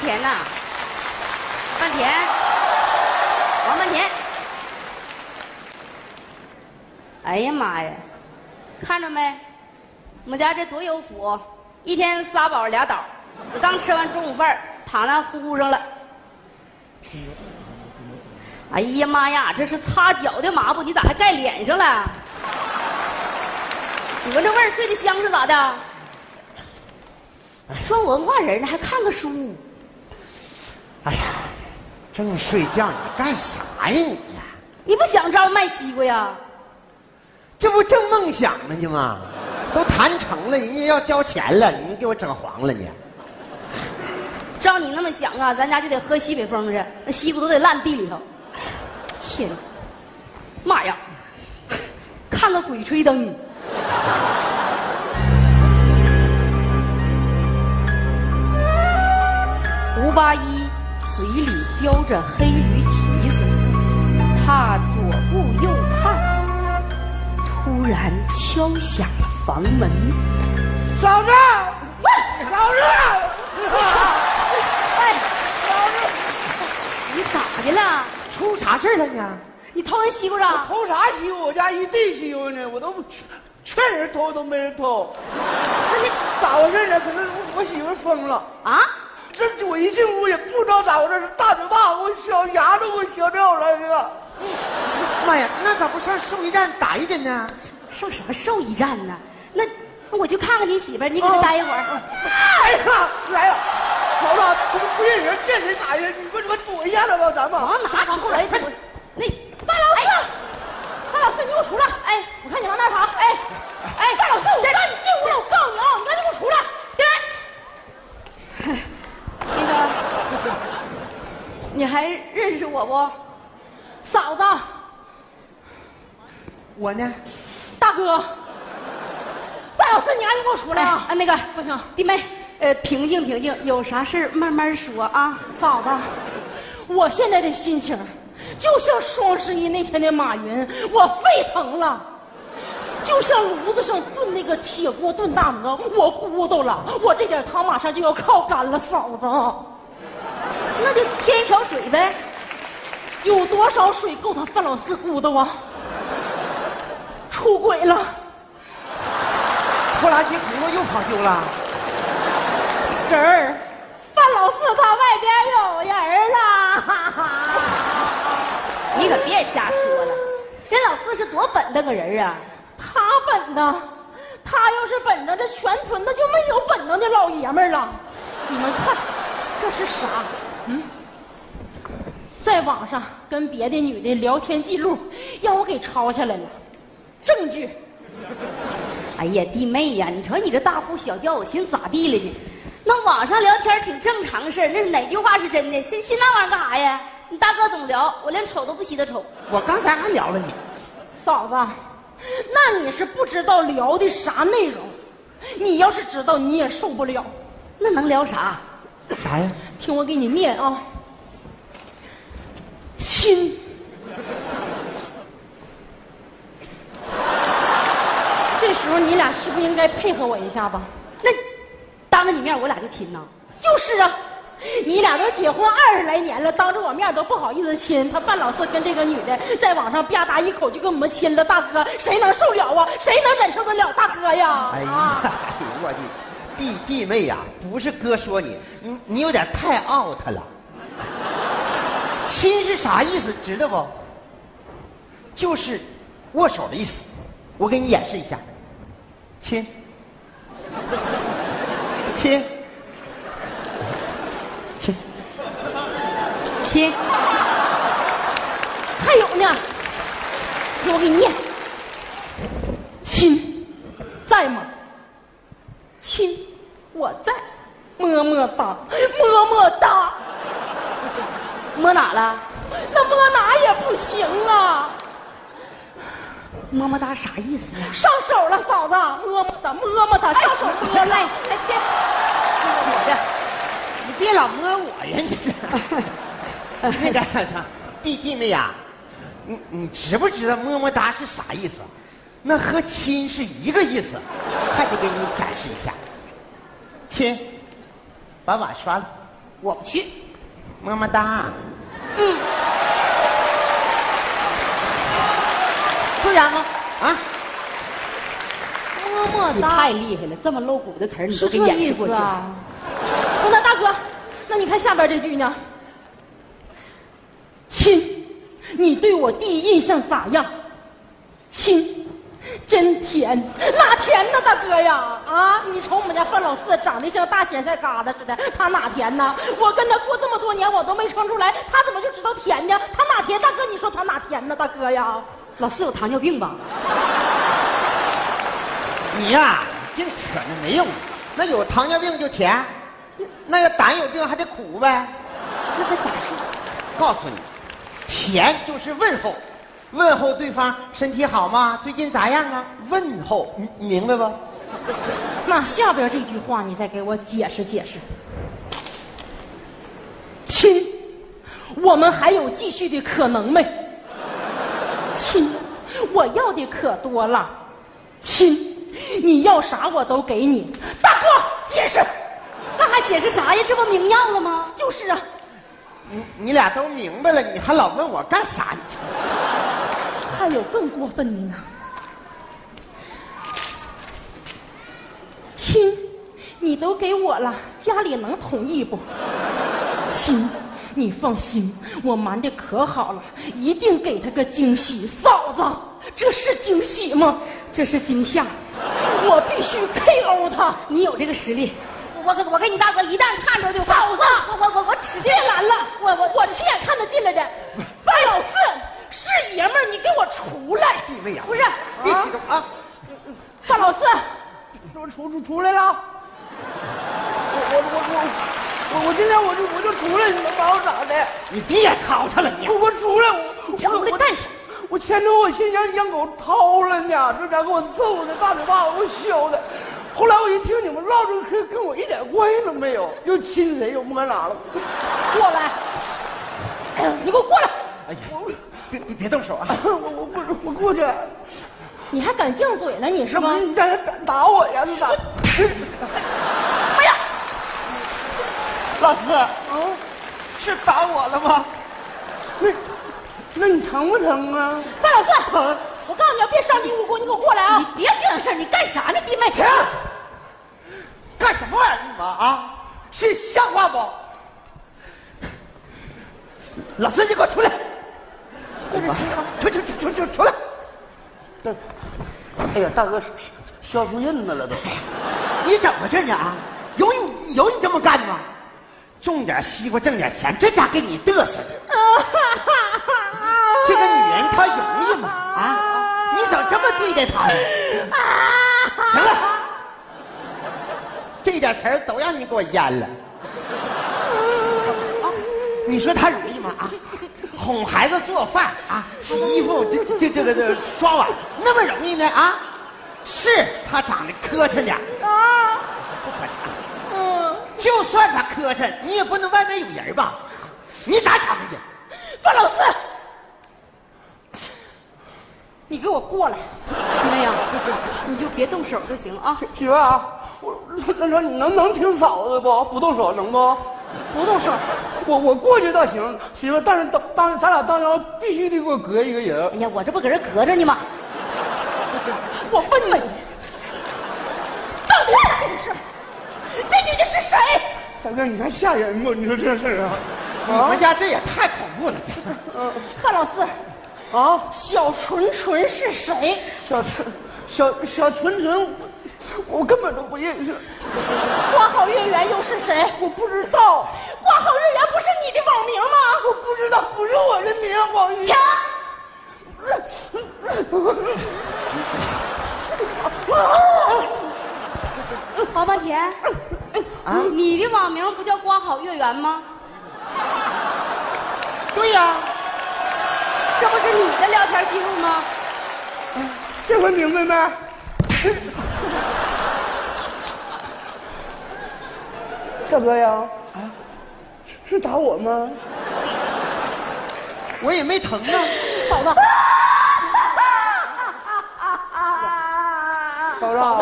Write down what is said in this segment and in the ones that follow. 田呐，半田，王半田。哎呀妈呀，看着没？我们家这多有福，一天仨宝俩倒。我刚吃完中午饭，躺那呼呼上了。哎呀妈呀，这是擦脚的抹布，你咋还盖脸上了？你闻这味儿睡得香是咋的？装文化人呢，还看个书？哎呀，正睡觉，你干啥呀你呀？你不想招卖西瓜呀？这不正梦想呢你吗？都谈成了，人家要交钱了，你给我整黄了你。照你那么想啊，咱家就得喝西北风去，那西瓜都得烂地里头。天，妈呀！ 看个鬼吹灯。吴八一嘴里叼着黑驴蹄子，他左顾右盼，突然敲响了房门。嫂子，喂，嫂子，哎， 你咋的了？出啥事儿了呢？你偷人西瓜了？偷啥西瓜？我家一地西瓜呢，我都不劝劝人偷都没人哎偷。那你咋回事呢？可能我媳妇疯了。啊？这我一进屋也不知道咋回事，大嘴巴我小牙都给我削掉了，这个。妈呀，那咋不上兽医站打一针呢？上什么兽医站呢？那那我去看看你媳妇儿，你搁这待一会儿。哎呀，来呀，嫂子，怎么不认人？见谁打人？你快快躲一下子吧，咱们。往哪往后来躲？那范老四，范哎老四，你给我出来！哎，我看你往哪跑！哎，哎，范老四，我让你进屋了，我告诉你啊，你赶紧给我出来！对， 那个，你还认识我不？嫂子，我呢？大哥，范老师，你赶紧给我出来哎啊！啊，那个不行，弟妹，呃，平静平静，有啥事儿慢慢说啊。嫂子，我现在的心情就像双十一那天的马云，我沸腾了，就像炉子上炖那个铁锅炖大鹅，我咕嘟了，我这点汤马上就要靠干了，嫂子，那就添一瓢水呗。有多少水够他范老师咕嘟啊？出轨了，拖拉机轱辘又跑丢了。人儿，范老师他外边有人了，哈哈。你可别瞎说了，人老四是多本的个人啊！他本的，他要是本着，这全村子就没有本能的老爷们儿了。你们看，这是啥？嗯，在网上跟别的女的聊天记录，让我给抄下来了，证据。哎呀，弟妹呀，你瞅你这大呼小叫，我寻思咋地了呢？那网上聊天挺正常的事儿，那是哪句话是真的？信信那玩意儿干啥呀？你大哥总聊，我连瞅都不稀得瞅。我刚才还聊了你，嫂子，那你是不知道聊的啥内容，你要是知道，你也受不了。那能聊啥？啥呀？听我给你念啊，亲。这时候你俩是不是应该配合我一下吧？那当着你面我俩就亲呐？就是啊，你俩都结婚二十来年了，当着我面都不好意思亲。他半老四跟这个女的在网上吧嗒一口就跟我们亲了，大哥谁能受了啊？谁能忍受得了大哥呀？哎呀， 啊哎呦我的弟弟妹呀、不是哥说你，你你有点太 out 了。亲是啥意思，知道不？就是握手的意思。我给你演示一下，亲，亲，亲，亲，还有呢，听我给你念，亲，在吗？亲，我在，么么哒，么么哒，摸哪了？那摸哪也不行啊，么么哒啥意思呀、啊上手了，嫂子，么么哒，么么哒，上手摸了，哎哎别，我的。你别老摸我呀，你这那个弟弟妹呀、你你知不知道么么哒是啥意思？那和亲是一个意思，还得给你展示一下。亲，把碗刷了。我不去。么么哒。嗯，这家伙啊，么么 你哒太，厉害了，这么露骨的词儿你都是给这掩意饰过思去了。啊？那大哥，那你看下边这句呢？亲，你对我第一印象咋样？亲，真甜，哪甜呢，大哥呀？啊，你瞅我们家范老四长得像大咸菜疙瘩似的，他哪甜呢？我跟他过这么多年，我都没称出来，他怎么就知道甜呢？他哪甜？大哥，你说他哪甜呢？大哥呀，老四有糖尿病吧？你呀、净扯那没用。那有糖尿病就甜，那要胆有病还得苦呗。那还咋说？告诉你，甜就是问候，问候对方身体好吗？最近咋样啊？问候，你你明白不？那下边这句话你再给我解释解释。亲，我们还有继续的可能没？亲，我要的可多了。亲，你要啥我都给你。大哥，解释。那还解释啥呀？这不明样了吗？就是啊，你你俩都明白了，你还老问我干啥？你还有更过分的呢。亲，你都给我了，家里能同意不？亲，你放心，我瞒的可好了，一定给他个惊喜。嫂子，这是惊喜吗？这是惊吓，我必须 KO 他！你有这个实力。我跟我跟你大哥一旦看着就发火，我我我我指定别拦了，我我我亲眼看得进来的，范老四是爷们儿，你给我出来！地位呀，不是别激动啊！范老四，我出出出来了，我我我我我我今天我就我就出来，你能把我咋的？你别吵吵了，你我我出来，我出我来我干啥？我前头我心想让狗掏了呢，这家给我揍的大嘴巴子给我削的。后来我一听你们唠这个嗑，跟我一点关系都没有，又亲谁又摸哪了？ 过来，哎呦你给我过来！哎呀，别别别动手啊！我我过我过去，你还敢犟嘴呢？你是这不吗是？你在这打打我呀？你咋？ 哎呀，老四，嗯，是打我了吗？那那你疼不疼啊？范老四，我告诉你啊，别伤筋无辜，你给我过来你啊！别这样事儿，你干啥呢，弟妹？停！干什么玩意儿你们啊？是像话不？老四，你给我出来！出出出出出出来！大，哎呀，大哥削削出印子了都。你怎么这呢啊？有你有你这么干的吗？种点西瓜挣点钱，这家给你嘚瑟的。这个女人她容易吗？啊，你咋这么对待她呢？行了，这点词儿都让你给我淹了。啊你说她容易吗？啊，哄孩子做饭啊，洗衣服，这这这这个这刷碗，那么容易呢？啊，是她长得磕碜点儿，啊，不可能。嗯， 就算他磕碜，你也不能外面有人吧？你咋想的？范老四，你给我过来！弟妹呀，你就别动手就行啊。媳妇儿啊，我那那你能能听嫂子不？不动手能不？不动手，我我过去倒行，媳妇儿，但是当当咱俩当中必须得给我隔一个人哎。呀，我这不搁这咳着呢吗？我问你，到底咋回事？那女的是谁？大哥，你看吓人不？你说这事儿啊？你们家这也太恐怖了，家范老四，啊，小纯纯是谁？小纯小小纯纯，我我根本都不认识，花好月圆又是谁？我不知道，花好月圆不是你的网名吗？我不知道，不是我的名，王玉。王半田，嗯你的网名不叫“光好月圆”吗？对呀、这不是你的聊天记录吗？这回明白没？ 大哥呀，啊，是是打我吗？我也没疼啊。嫂子，啊啊啊！嫂子， 啊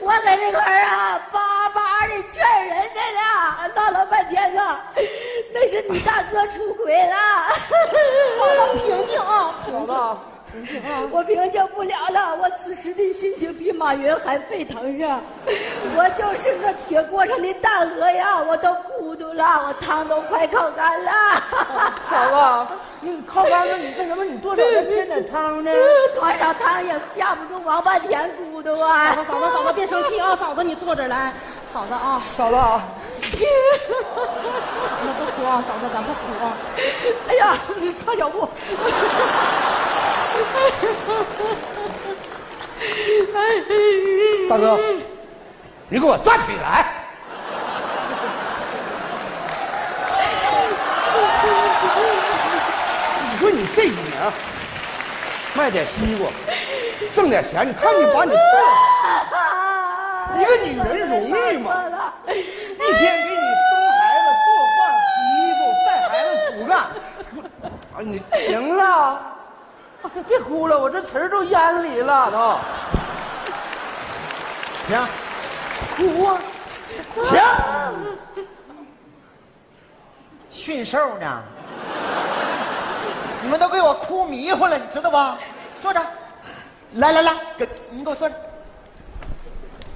我在这块儿啊，巴巴的劝人的呢，闹了半天呢，那是你大哥出轨好了。了，平静啊，嫂平子静。啊，我平静不了了，我此时的心情比马云还沸腾啊！我就是那铁锅上的大鹅呀，我都咕嘟了，我汤都快烤干了。嫂子，你靠干了，你为什么你多少再添点汤呢？多少汤也架不住王八田咕嘟嫂啊！子，嫂子，嫂子，别生气啊！嫂子，你坐着来，嫂子啊，嫂子 啊，咱们不哭啊，嫂子，咱不哭啊。哎呀，上脚步。大哥，你给我站起来！你说你这几年啊卖点西瓜，挣点钱，你看你把你干一个女人容易吗？啊一天给你生孩子、做饭、洗衣服、带孩子苦干，啊你行了，别哭了，我这词儿都咽里了都。停哭啊！停！驯兽呢？你们都给我哭迷糊了，你知道吧？坐着，来来来，给你给我坐着。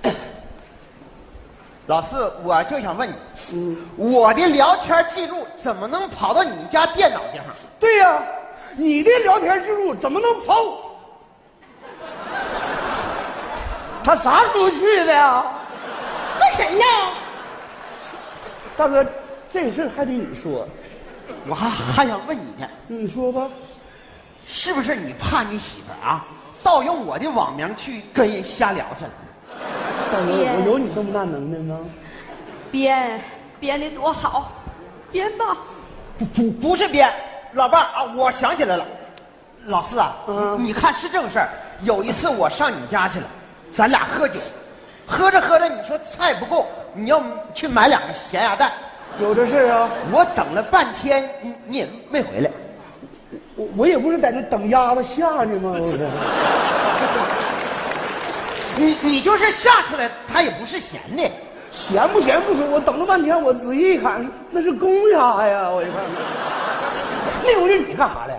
老四，我就想问你，我的聊天记录怎么能跑到你们家电脑上？对呀、你的聊天记录怎么能跑我？他啥时候去的呀？跟谁呢？大哥，这事儿还得你说，我还还想问你呢，你说吧。是不是你怕你媳妇儿啊，盗用我的网名去跟人瞎聊去了？大哥，我有你这么大能耐吗？编编的多好，编吧。不不不是编，老伴儿啊，我想起来了，老四啊，你看是正事儿。有一次我上你家去了，咱俩喝酒，喝着喝着你说菜不够，你要去买两个咸鸭蛋，有这事儿啊，我等了半天，你你也没回来。我我也不是在那等鸭子下呢吗？我是。你你就是下出来，它也不是咸的。闲不闲不说，我等了半天，我仔细一看，那是公鸭呀！我一看，那回是你干啥来？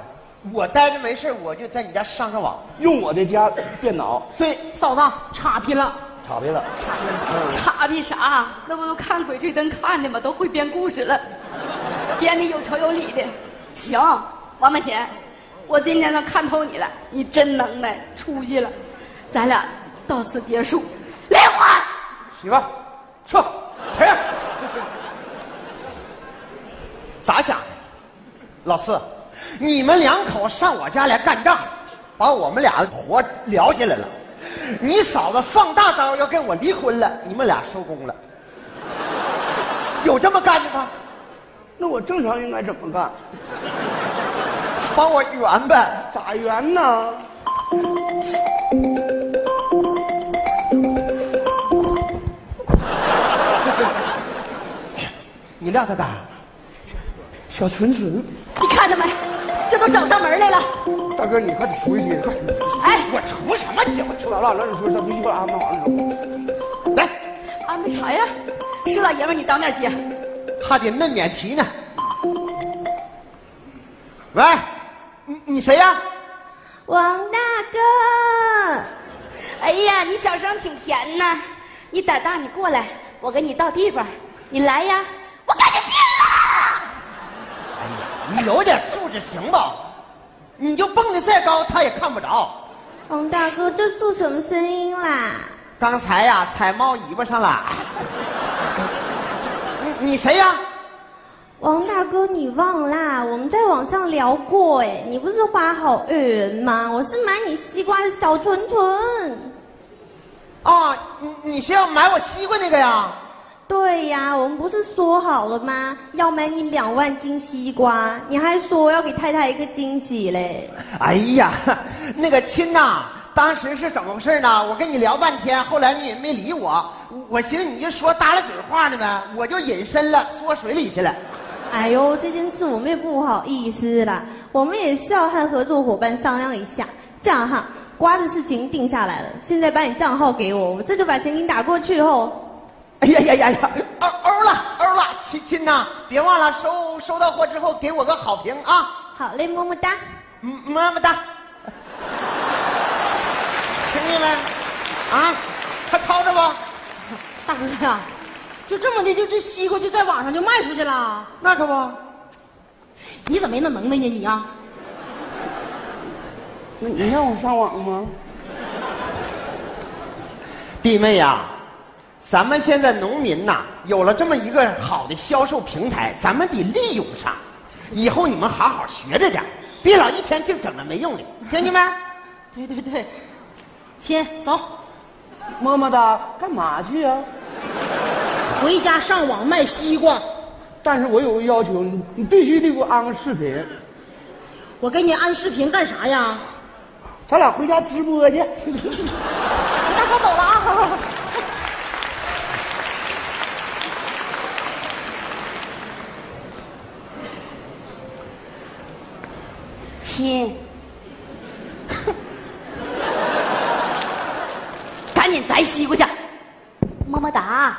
我待着没事儿我就在你家上上网。用我的家电脑对，嫂子，岔劈了。查别了。傻逼啥？那不都看《鬼吹灯》看的吗？都会编故事了，编的有条有理的。行，王满田，我今天都看透你了，你真能耐，出息了。咱俩到此结束，离婚。媳妇，撤，停！ 咋想的？老四，你们两口上我家来干仗，把我们俩活聊起来了。你嫂子放大招要跟我离婚了，你们俩收工了，有这么干的吗？那我正常应该怎么干？帮我圆呗。咋圆呢？你撂他干啥？小纯纯，你看着没？这都找上门来了。大哥，你快点出去，快点出去。哎，我出什么酒？老老让你说，咱们一会儿安排好了走。来，安排啥呀？是老爷们儿，你当面接。还得嫩免提呢。喂，你你谁呀、王大哥，哎呀，你小声挺甜呐，你胆大，你过来，我给你倒地方，你来呀，我跟你拼了！哎呀，你有点素质行吧？你就蹦的再高，他也看不着。王大哥，这做什么声音啦？刚才呀、踩猫尾巴上了。你你谁呀、王大哥，你忘啦？我们在网上聊过，哎，你不是花好月圆吗？我是买你西瓜的小纯纯。啊？你你是要买我西瓜那个呀？对呀、我们不是说好了吗？要买你两万斤西瓜，你还说要给太太一个惊喜嘞。哎呀，那个亲呐、当时是怎么回事呢？我跟你聊半天，后来你也没理我，我寻思你就说搭了嘴话呢呗，我就隐身了，缩水里去了。哎呦，这件事我们也不好意思啦，我们也是要和合作伙伴商量一下。这样哈，瓜的事情定下来了，现在把你账号给我，我这就把钱给你打过去吼。哎哎呀呀呀呀！欧欧哦了欧了，亲亲呐，别忘了收收到货之后给我个好评啊！好嘞，么么哒。嗯，么么哒。听见没？啊，还吵着不？大哥呀，就这么的，就这西瓜就在网上就卖出去了，那可不。你怎么没那能耐呢？你啊呀、那你让我上网吗？弟妹呀、咱们现在农民呐、有了这么一个好的销售平台，咱们得利用上。以后你们好好学着点，别老一天净整那没用的，听见没？对对对，亲，走，么么哒，干嘛去啊？回家上网卖西瓜。但是我有个要求，你你必须得给我安个视频，我给你安视频干啥呀？咱俩回家直播去。大哥走了啊！ 亲，赶紧摘西瓜去，么么哒。